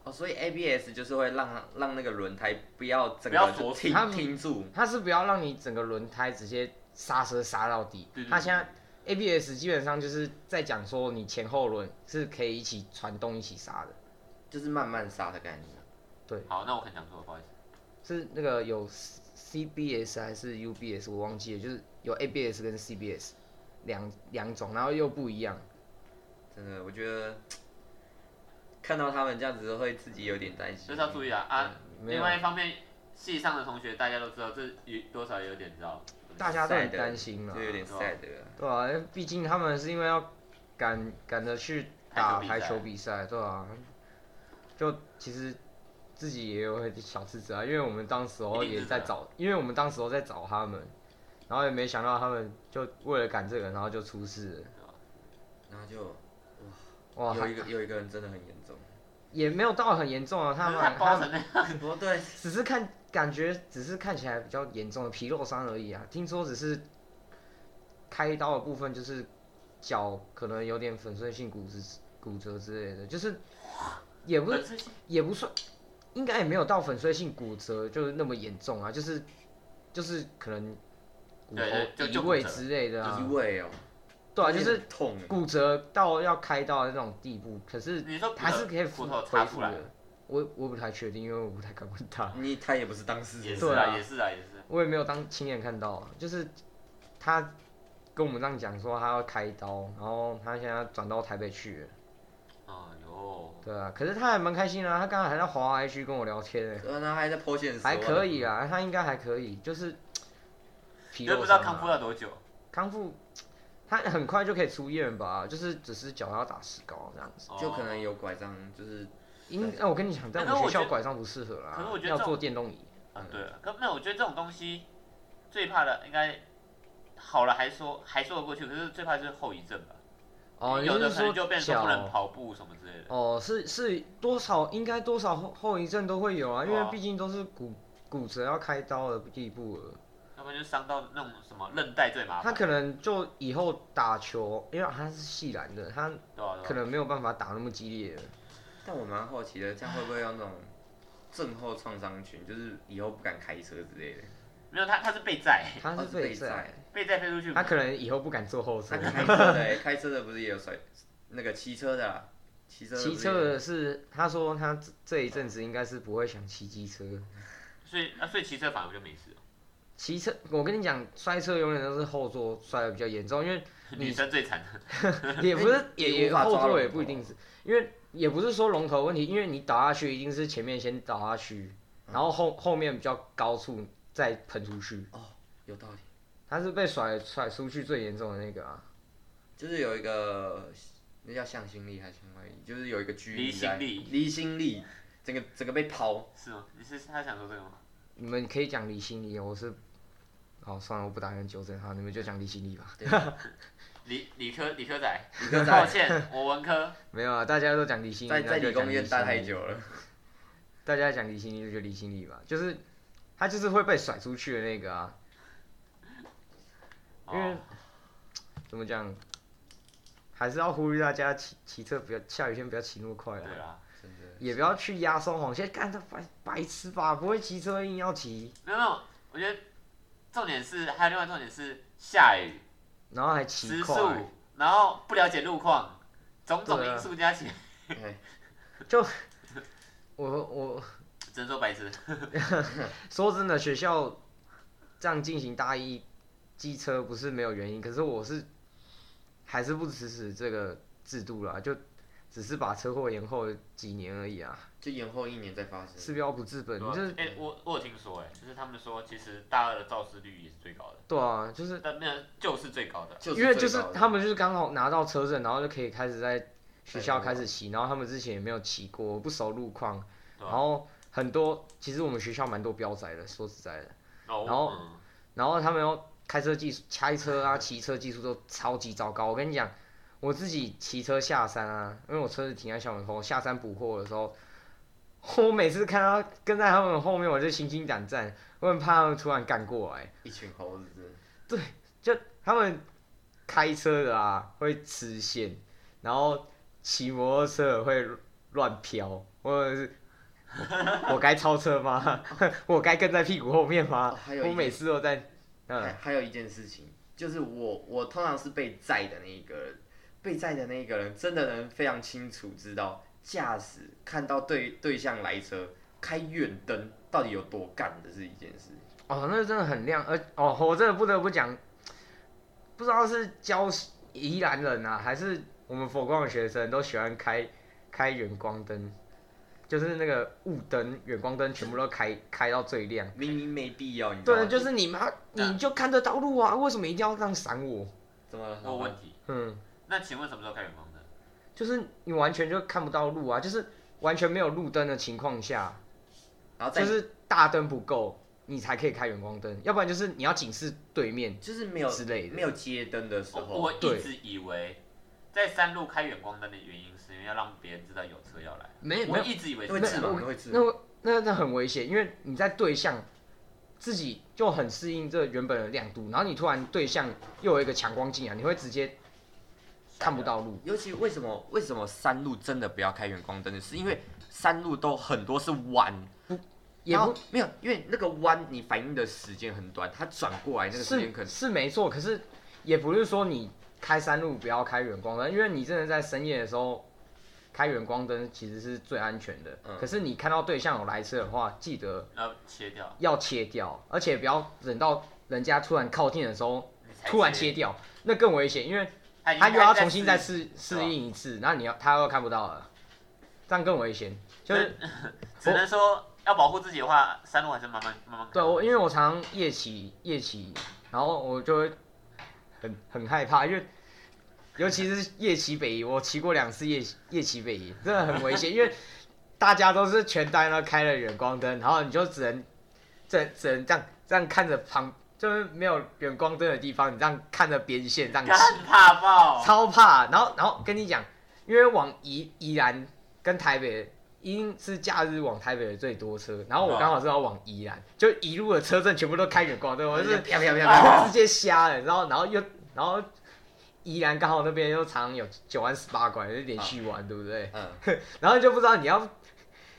A: 哦，所以 ABS 就是会让让那个轮胎不要整
C: 不要
A: 个就
C: 锁死
A: 停
B: 它不
A: 停住。
B: 它是不要让你整个轮胎直接刹车刹到底
C: 对对。对
B: 它现在 ABS 基本上就是在讲说你前后轮是可以一起传动一起刹的，
A: 就是慢慢刹的概念。
C: 啊好，那我可能讲错了，不好意思。
B: 是那个有 CBS 还是 UBS 我忘记了，就是有 ABS 跟 CBS 两两种，然后又不一样。
A: 真的，我觉得看到他们这样子会自己有点担心。
C: 就是要注意啊啊！
B: 没
C: 另
B: 有，
C: 外一方面，系上的同学大家都知道，这有多少有点知道。
B: 大家都很担心了
A: 就，有点
C: 对吧
A: sad
B: 对啊，因为毕竟他们是因为要赶赶着去打
C: 排
B: 排
C: 球
B: 球比赛，对啊，就其实自己也有很小自责啊，因为我们当时候
C: 一定
B: 也
C: 自责啊
B: 在找，因为我们当时候在找他们，然后也没想到他们就为了赶这个，然后就出事了，
A: 然后就
B: 哇，
A: 有一
B: 还
A: 个有一个人真的很严
C: *laughs*
A: 重。
B: 也没有到很严重啊，他
C: 可
B: 们
C: 是它
B: 他
C: 包
B: 们
C: 成那
A: 不对，
B: 只是看感觉，只是看起来比较严重的皮肉伤而已啊。听说只是开刀的部分，就是脚可能有点粉碎性骨折、骨折之类的，就是也不
C: 个
B: 是也不算，应该也没有到粉碎性骨折就是那么严重啊，就是就是可能骨
C: 对对
B: 头
C: 就
B: 移
C: 就骨
B: 位
C: 折
B: 之类的
A: 移
B: 啊，
A: 位哦，
B: 对啊，就是
A: 很痛哎。
B: 骨折到要开刀的那种地步，可是
C: 你说骨头
B: 还是可以
C: 骨
B: 复
C: 头
B: 恢
C: 插出
B: 复
C: 来
B: 的。我我不太确定，因为我不太敢问他。 *laughs*
A: 你他也不是当事
C: 也
A: 人，
C: 是
B: 对
C: 啊，
B: 啊
C: 也是啊，也是。
B: 我也没有当亲眼看到啊，就是他跟我们这样讲说他要开刀，然后他现在转到台北去了，
C: 哦哟，
B: 对啊，可是他还蛮开心的、啊，他刚才还在华 I 区跟我聊天欸呢、
A: 对啊，然后还在剖线，
B: 还可以。啊，他应该还可以，就是皮
C: 哦就
B: 肉
C: 不知道
B: 伤、
C: 康复
B: 啊，
C: 要多久。
B: 康复他很快就可以出院吧，就是只是脚要打石膏这样子。
A: 就可
C: 哦
A: 能有拐杖，就是
B: 因哎、我跟你讲，在我
C: 可
B: 们
C: 是我
B: 学
C: 觉
B: 校
C: 得
B: 拐杖不适合
C: 可是
B: 啦
C: 我觉，得
B: 要
C: 这种
B: 坐电动椅。
C: 啊，对了，可没有，我觉得这种东西最怕的应该好了还说还说得过去，可是最怕就是后遗症吧。
B: 哦，你
C: 有的
B: 是
C: 可能
B: 说
C: 就变成说不能
B: 脚？
C: 跑步什么之类的。
B: 哦，是是多少应该多少后后遗症都会有啊，因
C: 对啊
B: 为毕竟都是骨骨折要开刀的地步了。
C: 要不然就伤到那种什么韧带最麻
B: 他
C: 烦，
B: 可能就以后打球，因为他是细篮的，他
C: 对啊吧、对吧
B: 可能没有办法打那么激烈了。
A: 但我蛮好奇的，这样会不会有那种症候创伤群，就是以后不敢开车之类的？
C: 没有他他是被载，
B: 他
A: 哦
B: 是
A: 是被
B: 被载，
A: 载
C: 被载飞出去。
A: 嗯
B: 他可能以后不敢坐后
A: 那
B: 座。
A: 开车的欸，开车的不是也有摔，那个骑车的啦，骑车的不是
B: 骑
A: 也
B: 车的是，他说他这这一阵子应该是不会想骑机车。
C: 所以啊，所以骑车反而就没事了。
B: 骑车，我跟你讲，摔车永远都是后座摔的比较严
A: *laughs*
B: 重，因为
C: 女生最惨的，
B: 也不是也
A: 也无
B: 也
A: 法
B: 后
A: 抓
B: 座也
A: 龙头
B: 不一定是，因为也不是说龙头问题，因为你倒下去一定是前面先倒下去，
A: 嗯
B: 然后后后面比较高处再喷出去，
A: 有道理。
B: 他是被甩甩出去最严重的那个啊。
A: 就是有一个那叫向心力还是什么，就是有一个距离
C: 离心
A: 在
C: 力
A: 离心力，
E: 整个整个被抛。
B: *laughs*
C: 是吗？你是他想说这个吗？
B: 你们可以讲李心理，我是，哦，算了，我不打算纠正他，你们就讲李心理吧。
C: 理理科理科仔，
E: 理科
C: 抱
E: 仔
C: 歉，我文科，
B: 没有啊，大家都讲李心理，
E: 在在
B: 那就
E: 理
B: 讲
E: 工院
B: 李
E: 待
B: 心
E: 太
B: 理
E: 久了，
B: 大家讲离心力就离心力吧，就是他就是会被甩出去的那个啊。因
C: 哦
B: 为、怎么讲，还是要呼吁大家骑骑车不要下雨天不要骑那么快
C: 对
B: 啊，
C: 啦，
A: 真的
B: 也不要去压双黄线，干他白白痴吧，不会骑车硬要骑，
C: 没有没有，我觉得重点是还有另外重点是下雨、
B: 然后还骑
C: 时
B: 快，
C: 速，然后不了解路况，种种
B: 对啊
C: 因素加起来， *laughs*
B: 我我
C: 只能说白痴。
B: 说真的，学校这样进行大一机车不是没有原因，可是我是还是不支持这个制度啦，就只是把车祸延后几年而已啊。
A: 就延后一年再发生。
B: 治标不治本，
C: 对啊
B: 就是
C: 哎、我我有听说、哎，就是他们说，其实大二的肇事率也是最高的，
B: 对啊，就是
C: 但没有就是最高的，
B: 因为就
A: 最
B: 是
A: 高的
B: 他们就是刚好拿到车证，然后就可以开始在学
A: 在
B: 校
A: 路
B: 开始骑，然后他们之前也没有骑过，不熟路况，
C: 对
B: 然
C: 啊
B: 后很多其实我们学校蛮多标仔的，说实在的，
C: 哦
B: 然后
C: 嗯
B: 然后他们要开车技术、开车啊、骑车技术都超级糟糕。我跟你讲，我自己骑车下山啊，因为我车子停在校门口，下山补货的时候，我每次看到跟在他们后面，我就心惊胆战，我很怕他们突然干过来。
A: 一群猴子真的，
B: 他们开车的啊会吃线，然后骑摩托车会乱飘，或者是我该超车吗？ *laughs* 我该跟在屁股后面吗
A: 哦还有？一
B: 我每次都在，嗯，
A: 还还有一件事情，就是我我通常是被载的那一个人，被载的那一个人真的能非常清楚知道驾驶看到对对象来车开远灯到底有多干的是一件事。
B: 哦，那真的很亮，而哦，我真的不得不讲，不知道是教宜兰人啊，还是我们佛光的学生都喜欢开开远光灯，就是那个雾灯、远光灯全部都开开到最亮。
A: 明明没必要，你知道吗
B: 对，啊就是你妈，你就看得到路啊，为什么一定要这样闪我？
A: 怎么了？
C: 我有问题，
B: 嗯，
C: 那请问什么时候开远光灯？
B: 就是你完全就看不到路啊，就是完全没有路灯的情况下，
A: 然后再
B: 就是大灯不够，你才可以开远光灯，要不然就是你要警示对面
A: 就是没有
B: 之类的
A: 没有街灯的时
C: 我
A: 候，
C: 我一
B: 哦对
C: 直以为在山路开远光灯的原因是因为要让别人知道有车要来，
B: 没
C: 我一直以为
A: 会
C: 是
A: 自
C: 这
B: 没
C: 样。
A: 盲
B: 我
A: 会自盲
B: 那那那很危险，因为你在对向自己就很适应这原本的亮度，然后你突然对向又有一个强光进来，你会直接看不到路。
A: 尤其为什么为什么山路真的不要开远光灯？是因为山路都很多是弯，
B: 也
A: 然
B: 不
A: 后没有，因为那个弯你反应的时间很短，它转过来那个时间可
B: 是
A: 能
B: 是没错，可是也不是说你开山路不要开远光灯，因为你真的在深夜的时候开远光灯其实是最安全的。
A: 嗯
B: 可是你看到对象有来车的话，记得
C: 然后切掉，
B: 要切掉，而且不要等到人家突然靠近的时候
C: 你才
B: 突然切，掉，那更危险，因为
C: 他已经
B: 他又要
C: 在
B: 重新再
C: 试
B: 适
C: 对
B: 适
C: 吧
B: 应一次，然后你要他又看不到了，这样更危险。就是
C: 嗯只能说要保护自己的话，山路还是慢慢慢慢开。
B: 对我，因为我常常夜骑夜骑，然后我就会很很害怕，因为尤其是夜骑北移，我骑过两次夜夜骑北移，真的很危险，因为大家都是全单了开了远光灯，然后你就只能只只能这样这样看着旁，就是没有远光灯的地方，你这样看着边线这样骑，
C: *laughs* 干怕爆，
B: 超怕。然后然后跟你讲，因为往宜宜兰跟台北，一定是假日往台北的最多车，然后我刚好是要往宜兰，就一路的车阵全部都开远光灯，我就是
A: 啪啪啪啪，
B: *laughs* 直接瞎了。然后然后又然后宜兰刚好那边又常有九弯十八拐，就连续弯，对不对？
A: 嗯，
B: 然后就不知道你要，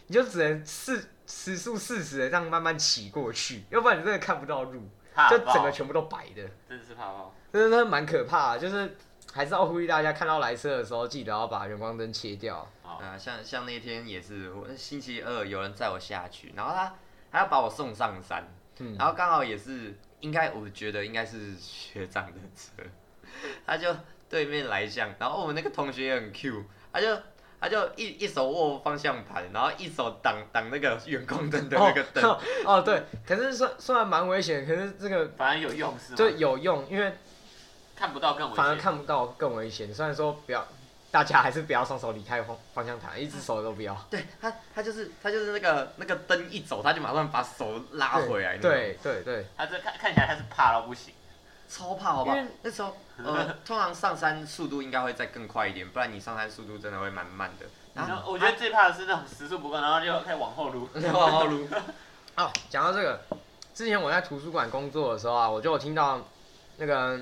B: 你就只能四时速四十的这样慢慢骑过去，要不然你真的看不到路，
C: 怕
B: 就
C: 爆，
B: 整个全部都白的。
C: 真的是怕爆。
B: 真的蛮可怕的就是还是要呼吁大家看到来车的时候，记得要把远光灯切掉。
C: 好，
A: 啊，像像那天也是，我星期二有人载我下去，然后他他要把我送上山，
B: 嗯
A: 然后刚好也是应该我觉得应该是学长的车，他就对面来向，然后我们那个同学也很 Q，他就他就一一手握方向盘，然后一手挡挡那个远光灯的那个灯，
B: 哦哦对，可是虽虽然蛮危险，可是这个
C: 反而有用是吗？
B: 就有用，因为
C: 看不到更危
B: 反而
C: 险。
B: 看不到更危险。虽然说不要大家还是不要双手离开方方向盘，一只手都不要。
A: 对他，他就是他就是那个那个灯一走，他就马上把手拉回来，你知道吗，
B: 对对对，
C: 他这看看起来他是怕到不行，
A: 超怕好不好
B: 因为？
A: 那时候呃，通常上山速度应该会再更快一点，不然你上山速度真的会蛮慢的。
B: 啊
A: 啊然
C: 然
A: 后
C: 后我觉
A: *laughs*
C: 得最怕的是那种时速不够，然后就开始往后撸，
B: 嗯
A: 往后撸，
B: 哦，讲到这个，之前我在图书馆工作的时候啊，我就有听到那个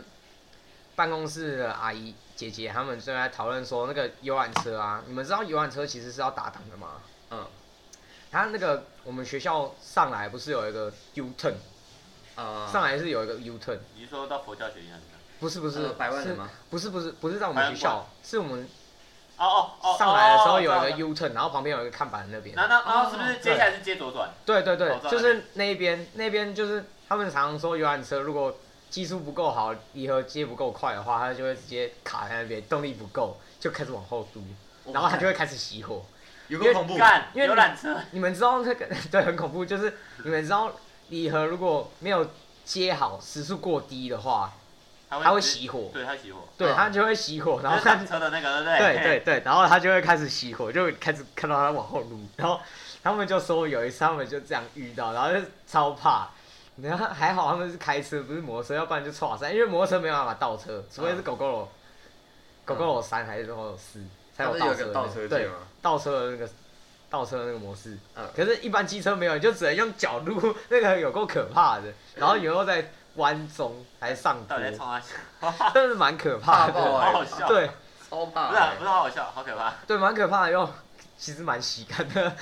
B: 办公室的阿姨姐姐他们正在讨论说，那个游览车啊，你们知道游览车其实是要打档的吗？
A: 嗯，
B: 它那个我们学校上来不是有一个 U turn，、
A: 呃，
C: 嗯
B: 上来是有一个 U turn，
C: 你说到佛教学院的，
B: 不是不是、
A: 呃百万
B: 是
A: 人吗？
B: 不是不是不是在我们学
C: 百
B: 校，是我们
C: 哦哦哦，
B: 上来的时
C: 哦
B: 候
C: 哦
B: 有一
C: 我
B: 个
C: 知道
B: U turn，然后旁边有一个看板在那边。哦
C: 然后然后然后是不是接下来是接左转？
B: 对对对
C: 口，罩
B: 就
C: 那
B: 是哦那一边，那边就是他们常说游览车如果技术不够好，离合接不够快的话，它就会直接卡在那边，动力不够就开始往后嘟，然后它就会开始熄火。
A: 有个恐怖，
C: 干，
B: 因为
C: 游览车
B: 你们知道那个 *laughs* 对很恐怖，就是你们知道离合如果没有接好，时速过低的话，它会
C: 直
B: 熄火，
C: 对，它会熄火，
B: 对
A: 嗯
B: 它就会熄火，然
C: 就
B: 后
C: 是
B: 它
C: 挡车的那个，对不
B: 对
C: 对？
B: 对对，然后他就会开始熄火，就开始看到他往后撸，然后他们就说有一次他们就这样遇到，然后就超怕。然后还好他们是开车，不是摩托车，要不然就撞山，因为摩托车没有办法倒车，除非是狗狗楼、狗狗楼三还是狗狗楼四才
A: 他不
B: 有
A: 是有
B: 车的那
A: 个倒车
B: 对
A: 界，吗？
B: 倒车的那个倒车的那个模式。
A: 嗯
B: 可是，一般机车没有，你就只能用脚撸，那个有够可怕的。然后有时候在弯中还上坡
C: 到，底在冲他笑？
B: 真的是蛮可怕
A: 怕
B: 的。
A: 爆
C: 好好
A: 哎，
C: 笑，
B: 对，
A: 超
C: *laughs* 不
A: 怕
C: 是啊
A: 哎
C: 不是好好笑，好可怕。
B: 对，蛮可怕的哟，其实蛮喜感的。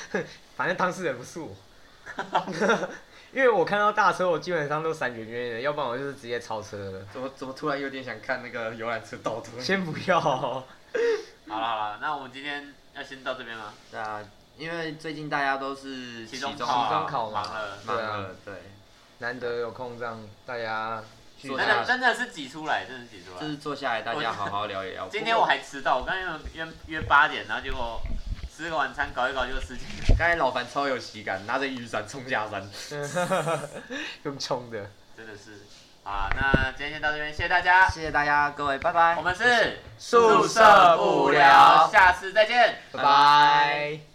B: 反正当事人不是 *laughs* 我，因为我看到大车，我基本上都闪圆圆的，要不然我就是直接超车了。
A: 怎么怎么突然有点想看那个游览车倒车？
B: 先不要，
C: 好了好了，那我们今天要先到这边吗？
A: 对啊，因为最近大家都是
C: 期
A: 期
C: 中
A: 中
C: 考啊
B: 期中考嘛
C: 忙了，
A: 忙
B: 对啊
A: 了，对，
B: 难得有空让大家 *laughs* 聚
C: 真
A: 坐
B: 在
A: 下
C: 的真的是挤出来，真的是挤出
A: 就
C: 来。
A: 是坐下来大家好好聊一聊。
C: 今天我还迟到，我刚刚约约八点，然后结果吃个晚餐搞一搞就十点。
A: 不过刚才老樊超有喜感，拿着雨伞冲下山。
B: 用冲的，
C: 真的是。啊，那今天先到这边，谢谢大家。
A: 谢谢大家，各位，拜拜
C: 我。们是
B: 宿舍不
A: 聊
C: 下次再见。
B: 拜拜。